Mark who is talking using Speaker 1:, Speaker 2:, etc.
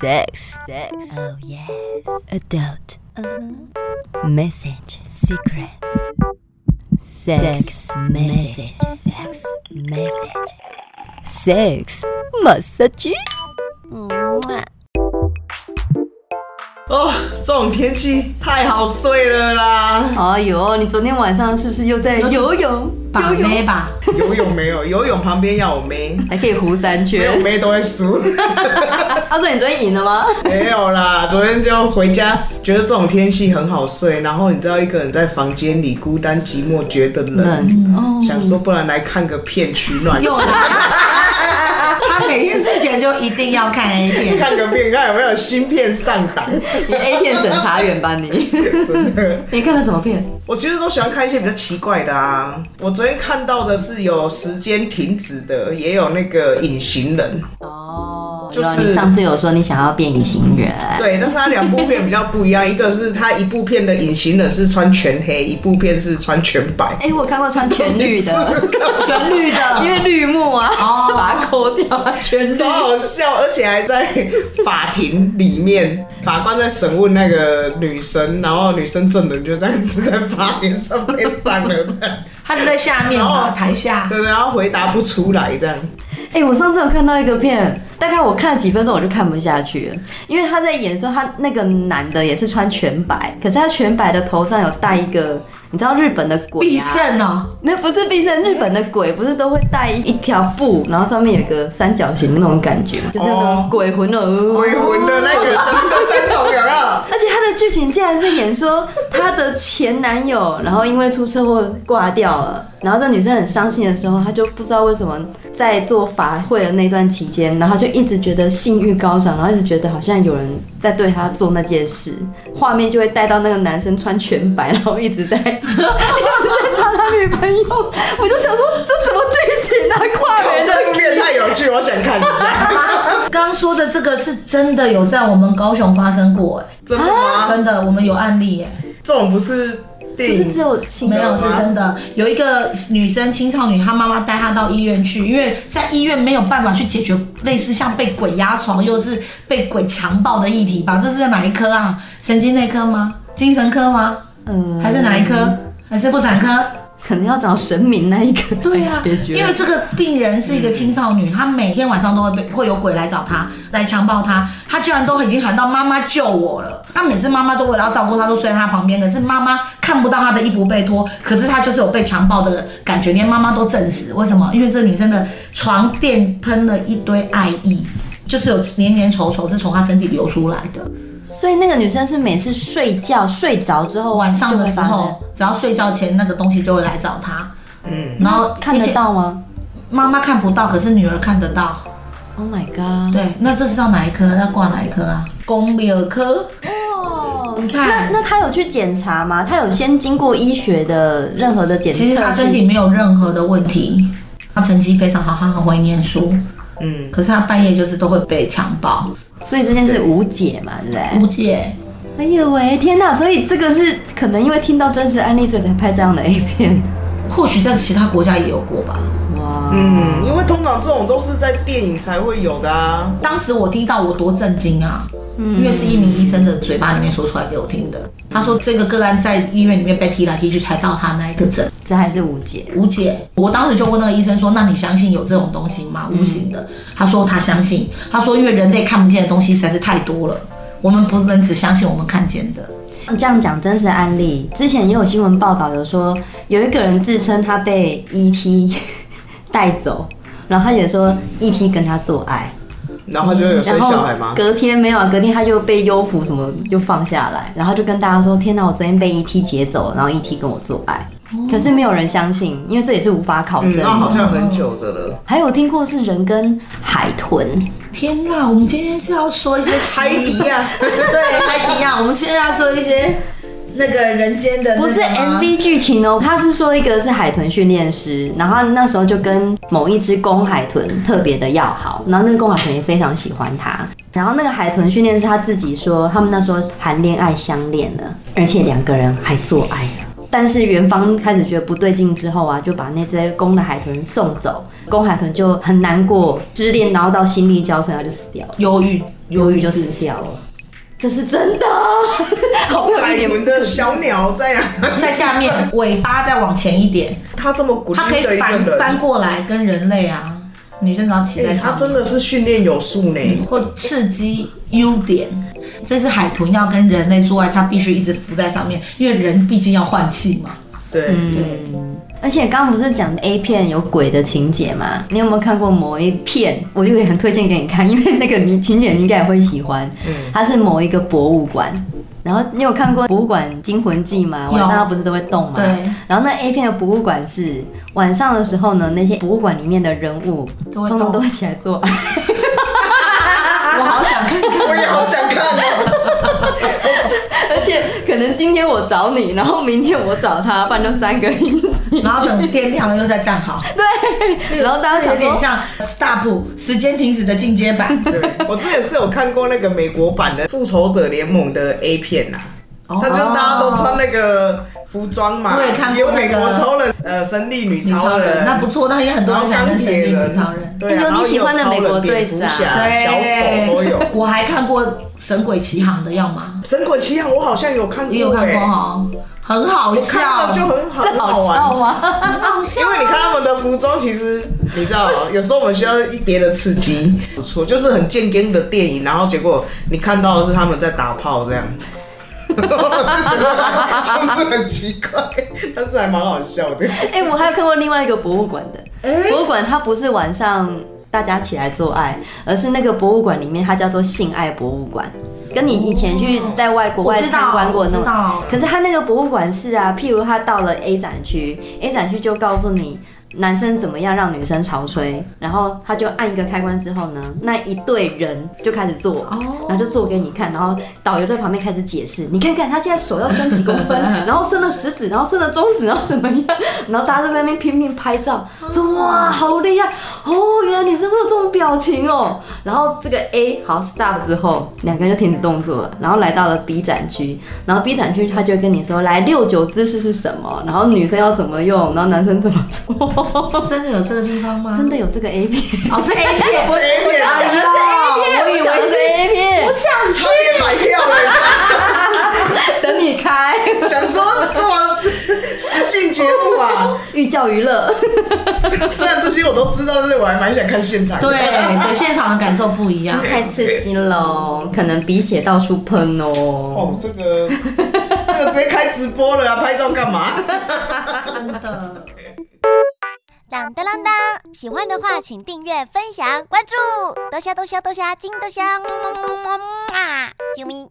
Speaker 1: Sex, sex, oh yes. Uh-huh. Adult, message, secret. Sex, message, sex, message. Sex, massage.
Speaker 2: 哦，这种天气太好睡了啦！
Speaker 1: 哎呦，你昨天晚上是不是又在游泳？
Speaker 3: 把
Speaker 1: 游泳
Speaker 3: 妹吧，
Speaker 2: 游泳没有，游泳旁边要有妹，
Speaker 1: 还可以胡三
Speaker 2: 没有
Speaker 1: 圈。
Speaker 2: 妹都会输。
Speaker 1: 他说你昨天赢了 吗？
Speaker 2: 没有啦，昨天就回家，觉得这种天气很好睡，然后你知道一个人在房间里孤单寂寞，觉得冷，
Speaker 1: 冷哦，
Speaker 2: 嗯想说不然来看个片取暖一
Speaker 3: 又
Speaker 2: 下，
Speaker 3: 来。他每天睡前就一定要看 A 片，
Speaker 2: 看个片，看有没有新片上档。
Speaker 1: 你 A 片审查员吧你？ 你看了什么片？
Speaker 2: 我其实都喜欢看一些比较奇怪的啊。我昨天看到的是有时间停止的，也有那个隐形人。
Speaker 1: 哦，
Speaker 2: 就是
Speaker 1: 有你上次有说你想要变隐形人，
Speaker 2: 对，但是它两部片比较不一样，一个是它一部片的隐形人是穿全黑，一部片是穿全白。
Speaker 1: 哎、我看过穿全绿 的，
Speaker 3: 全绿的
Speaker 1: 因。为绿幕啊，
Speaker 3: 哦
Speaker 1: 把它抠掉啊，全绿
Speaker 2: 超。好笑，而且还在法庭里面，法官在审问那个女生，然后女生证人就这样子在法庭上面上了这样，
Speaker 3: 他是在下面嘛，
Speaker 2: 哦
Speaker 3: 台下。
Speaker 2: 对对，然后回答不出来这样。
Speaker 1: 哎、我上次有看到一个片，大概我看了几分钟我就看不下去了，因为他在演说他那个男的也是穿全白，可是他全白的头上有戴一个，你知道日本的鬼
Speaker 3: 必
Speaker 1: 啊。
Speaker 3: 胜哦，
Speaker 1: 那不是必胜，日本的鬼不是都会带一条布，然后上面有个三角形那种感觉，就是那
Speaker 2: 哦
Speaker 1: 种鬼魂的、
Speaker 2: 鬼魂的那个真真懂有没 有？
Speaker 1: 而且他的剧情竟然是演说她的前男友，然后因为出车祸挂掉了，然后这女生很伤心的时候，她就不知道为什么在做法会的那段期间，然后她就一直觉得性欲高涨，然后一直觉得好像有人在对她做那件事，画面就会带到那个男生穿全白，然后一直在 一直在找他女朋友，我就想说这什么剧情啊，跨
Speaker 2: 哦
Speaker 1: 年
Speaker 2: 这部
Speaker 1: 的。
Speaker 2: 片太有趣，我想看一下。
Speaker 3: 呃刚刚说的这个是真的有在我们高雄发生过，哎
Speaker 2: 真的吗？
Speaker 3: 真的我们有案例，哎
Speaker 2: 这种不是
Speaker 1: 不
Speaker 2: 电
Speaker 1: 是只
Speaker 2: 影
Speaker 1: 有亲
Speaker 3: 没有
Speaker 2: 有
Speaker 3: 是
Speaker 2: 吗
Speaker 3: 真的。有一个女生青少女，她妈妈带她到医院去，因为在医院没有办法去解决类似像被鬼压床又是被鬼强暴的议题吧？这是在哪一科啊？神经内科吗？精神科吗？
Speaker 1: 嗯
Speaker 3: 还是哪一科？还是妇产科？
Speaker 1: 可能要找神明那一 个
Speaker 3: 对
Speaker 1: 来
Speaker 3: 啊
Speaker 1: 解，决，
Speaker 3: 因为这个病人是一个青少女，她每天晚上都会被会有鬼来找她，来强暴她，她居然都已经喊到妈妈救我了。她每次妈妈都为了要照顾她，都睡在她旁边，可是妈妈看不到她的衣服被脱，可是她就是有被强暴的感觉，连妈妈都证实。为什么？因为这女生的床垫喷了一堆爱意。 就是有黏黏稠稠是从她身体流出来的，
Speaker 1: 所以那个女生是每次睡觉睡着之后，
Speaker 3: 晚上的时
Speaker 1: 就会
Speaker 3: 候，只要睡觉前那个东西就会来找她，嗯，然后
Speaker 1: 发现看得，到吗
Speaker 3: 妈妈看不到，可是女儿看得到，
Speaker 1: ？Oh my god！
Speaker 3: 对，那这是到哪一科？要挂哪一科啊？公嗯庙科。
Speaker 1: 哦
Speaker 3: 你
Speaker 1: 那
Speaker 3: 看
Speaker 1: 那她有去检查吗？她有先经过医学的任何的检测？
Speaker 3: 其实他身体没有任何的问题，他成绩非常好，他很会念书。
Speaker 2: 嗯，
Speaker 3: 可是他半夜就是都会被强暴，
Speaker 1: 是，所以这件事无解嘛，对不对？
Speaker 3: 无解。
Speaker 1: 哎呦喂，天哪！所以这个是可能因为听到真实案例，所以才拍这样的 A 片。
Speaker 3: 或许在其他国家也有过吧。
Speaker 1: 哇，
Speaker 2: 嗯，因为通常这种都是在电影才会有的啊。
Speaker 3: 当时我听到我多震惊啊！因为是一名医生的嘴巴里面说出来给我听的。他说这个个案在医院里面被踢来踢去，才到他那一个诊。
Speaker 1: 这还是无解。
Speaker 3: 无解。我当时就问那个医生说：“那你相信有这种东西吗？
Speaker 2: 嗯
Speaker 3: 无形的？”他说他相信。他说因为人类看不见的东西实在是太多了，我们不能只相信我们看见的。
Speaker 1: 你这样讲真实案例，之前也有新闻报道，有说有一个人自称他被 ET 带走，然后他也说 ET 跟他做爱，
Speaker 2: 然后就
Speaker 3: 嗯
Speaker 2: 有生
Speaker 1: 然后
Speaker 2: 小孩吗？
Speaker 1: 隔天没有啊，隔天他就被优抚什么又放下来，然后就跟大家说：“天哪，我昨天被 ET 劫走，然后 ET 跟我做爱。”可是没有人相信，因为这也是无法考
Speaker 2: 哦嗯，
Speaker 1: 证
Speaker 2: 那好
Speaker 1: 的。
Speaker 2: 像很久的了。
Speaker 1: 还有听过是人跟海豚，
Speaker 3: 天哪！我们今天是要说一些
Speaker 2: 海底 呀，
Speaker 3: 对海底亚，我们现在要说一些那个人间的那
Speaker 1: 不
Speaker 3: 个啊
Speaker 1: 是
Speaker 3: 吗
Speaker 1: MV 剧情哦，他是说一个是海豚训练师，然后那时候就跟某一只公海豚特别的要好，然后那个公海豚也非常喜欢他，然后那个海豚训练师他自己说，他们那时候谈恋爱相恋了，而且两个人还做爱了。但是元芳开始觉得不对劲之后啊，就把那只公的海豚送走，公海豚就很难过，失恋，然后到心力交瘁，然后就死掉了，
Speaker 3: 忧郁，忧
Speaker 1: 忧郁
Speaker 3: 郁
Speaker 1: 就
Speaker 3: 就
Speaker 1: 死
Speaker 3: 是这样。
Speaker 1: 掉了。这是真的，好没有
Speaker 2: 海
Speaker 1: 一点
Speaker 2: 豚的小鸟在哪？
Speaker 3: 在下面，尾巴再往前一点，
Speaker 2: 他这么鼓励
Speaker 3: 它可以
Speaker 2: 的一个
Speaker 3: 翻翻
Speaker 2: 人，
Speaker 3: 过来跟人类啊，女生只要骑在
Speaker 2: 哎他
Speaker 3: 上面
Speaker 2: 真的是训练有素呢。
Speaker 3: 或刺激优点。这只海豚要跟人类做爱，它必须一直浮在上面，因为人毕竟要换气 嘛。
Speaker 2: 对，
Speaker 1: 嗯，而且刚刚不是讲 A 片有鬼的情节吗？你有没有看过某一片？我就也很推荐给你看，因为那个你情节你应该也会喜欢。
Speaker 3: 嗯
Speaker 1: 它是某一个博物馆，然后你有看过《博物馆惊魂记》吗？晚上它不是都会动吗？
Speaker 3: 对。
Speaker 1: 然后那 A 片的博物馆是晚上的时候呢，那些博物馆里面的人物
Speaker 3: 都会
Speaker 1: 通通
Speaker 3: 动
Speaker 1: 都会起来做 爱。
Speaker 3: 我好想看看，
Speaker 2: 我也好想看 哦。
Speaker 1: 而且可能今天我找你，然后明天我找他，不然就三个一起。
Speaker 3: 然后等天亮了又再站好。
Speaker 1: 对，然后大家
Speaker 3: 有
Speaker 1: 想
Speaker 3: 点
Speaker 1: 说，
Speaker 3: 像 stop 时间停止的进阶 版。
Speaker 2: 对，我之前是有看过那个美国版的《复仇者联盟》的 A 片呐、
Speaker 3: 哦
Speaker 2: 他就是大家都穿那个服装嘛，
Speaker 3: 我也看过
Speaker 2: 有美
Speaker 3: 那个
Speaker 2: 国超人，呃，神力女
Speaker 3: 女超
Speaker 2: 超人，
Speaker 3: 人，那不错，那也很多
Speaker 2: 然
Speaker 3: 人
Speaker 2: 后
Speaker 3: 想
Speaker 2: 钢
Speaker 3: 跟神
Speaker 2: 铁
Speaker 3: 力
Speaker 2: 人
Speaker 3: 女超人。，
Speaker 2: 对啊，
Speaker 1: 哎呦
Speaker 2: 然后
Speaker 1: 你喜欢的
Speaker 2: 也有超人
Speaker 1: 美国队
Speaker 2: 蝙蝠
Speaker 1: 长
Speaker 2: 侠、
Speaker 3: 对，
Speaker 2: 小丑都 有。
Speaker 3: 我还看过《神鬼奇航》的，要吗？
Speaker 2: 《神鬼奇航》我好像有看过、欸，
Speaker 3: 也有看过哈，很好
Speaker 2: 我看
Speaker 3: 笑，
Speaker 2: 了就 很好，
Speaker 1: 这好
Speaker 2: 玩。
Speaker 1: 笑啊吗？
Speaker 3: 很好笑
Speaker 2: 因为你看他们的服装，其实你知道，有时候我们需要一别的刺激，不错，就是很健康的电影，然后结果你看到的是他们在打炮这样， 我就觉得就是很奇怪，但是还蛮好笑的。
Speaker 1: 哎、我还有看过另外一个博物馆的、
Speaker 3: 哎
Speaker 1: 博物馆，它不是晚上大家起来做爱，而是那个博物馆里面它叫做性爱博物馆，跟你以前去在外国
Speaker 3: 哦我
Speaker 1: 外
Speaker 3: 知道
Speaker 1: 参观过的那
Speaker 3: 我知道
Speaker 1: 种。可是它那个博物馆是啊，譬如它到了 A 展区，A 展区就告诉你。男生怎么样让女生潮吹？然后他就按一个开关之后呢，那一队人就开始做，
Speaker 3: 哦
Speaker 1: 然后就做给你看，然后导游在旁边开始解释，你看看他现在手要伸几公 分，然后伸了食指，然后伸了中指，然后怎么样，然后大家都在那边拼命拍照，
Speaker 3: 嗯
Speaker 1: 说哇好厉害哦，原来女生会有这种表情哦。然后这个 A 好 stop 之后，两个人就停止动作了，然后来到了 B 展区，然后 B 展区他就会跟你说来六九姿势是什么，然后女生要怎么用，然后男生怎么做，
Speaker 3: 真的有这个地方吗？
Speaker 1: 真的有这个 A 片，
Speaker 3: 哦，是 A 片，
Speaker 2: 是 A 片
Speaker 3: 哎呀，我以
Speaker 1: 我讲的
Speaker 3: 为
Speaker 1: 是
Speaker 3: 是，
Speaker 1: A 片
Speaker 3: 我，想去
Speaker 2: 他，也买票欸了，
Speaker 1: 等你开
Speaker 2: 想说这么实境节目 啊，
Speaker 1: 寓教于乐。
Speaker 2: 虽然这些我都知道，但是我还蛮想看现场的。
Speaker 3: 对对，现场的感受不一样。
Speaker 1: 太刺激喽，可能鼻血到处喷哦。
Speaker 2: 哦，这个这个直接开直播了啊，拍照干嘛？
Speaker 3: 真的，
Speaker 4: 当当当当！喜欢的话，请订阅、分享、关注，多虾多虾多虾，金多虾，么么么么么啊！啾咪。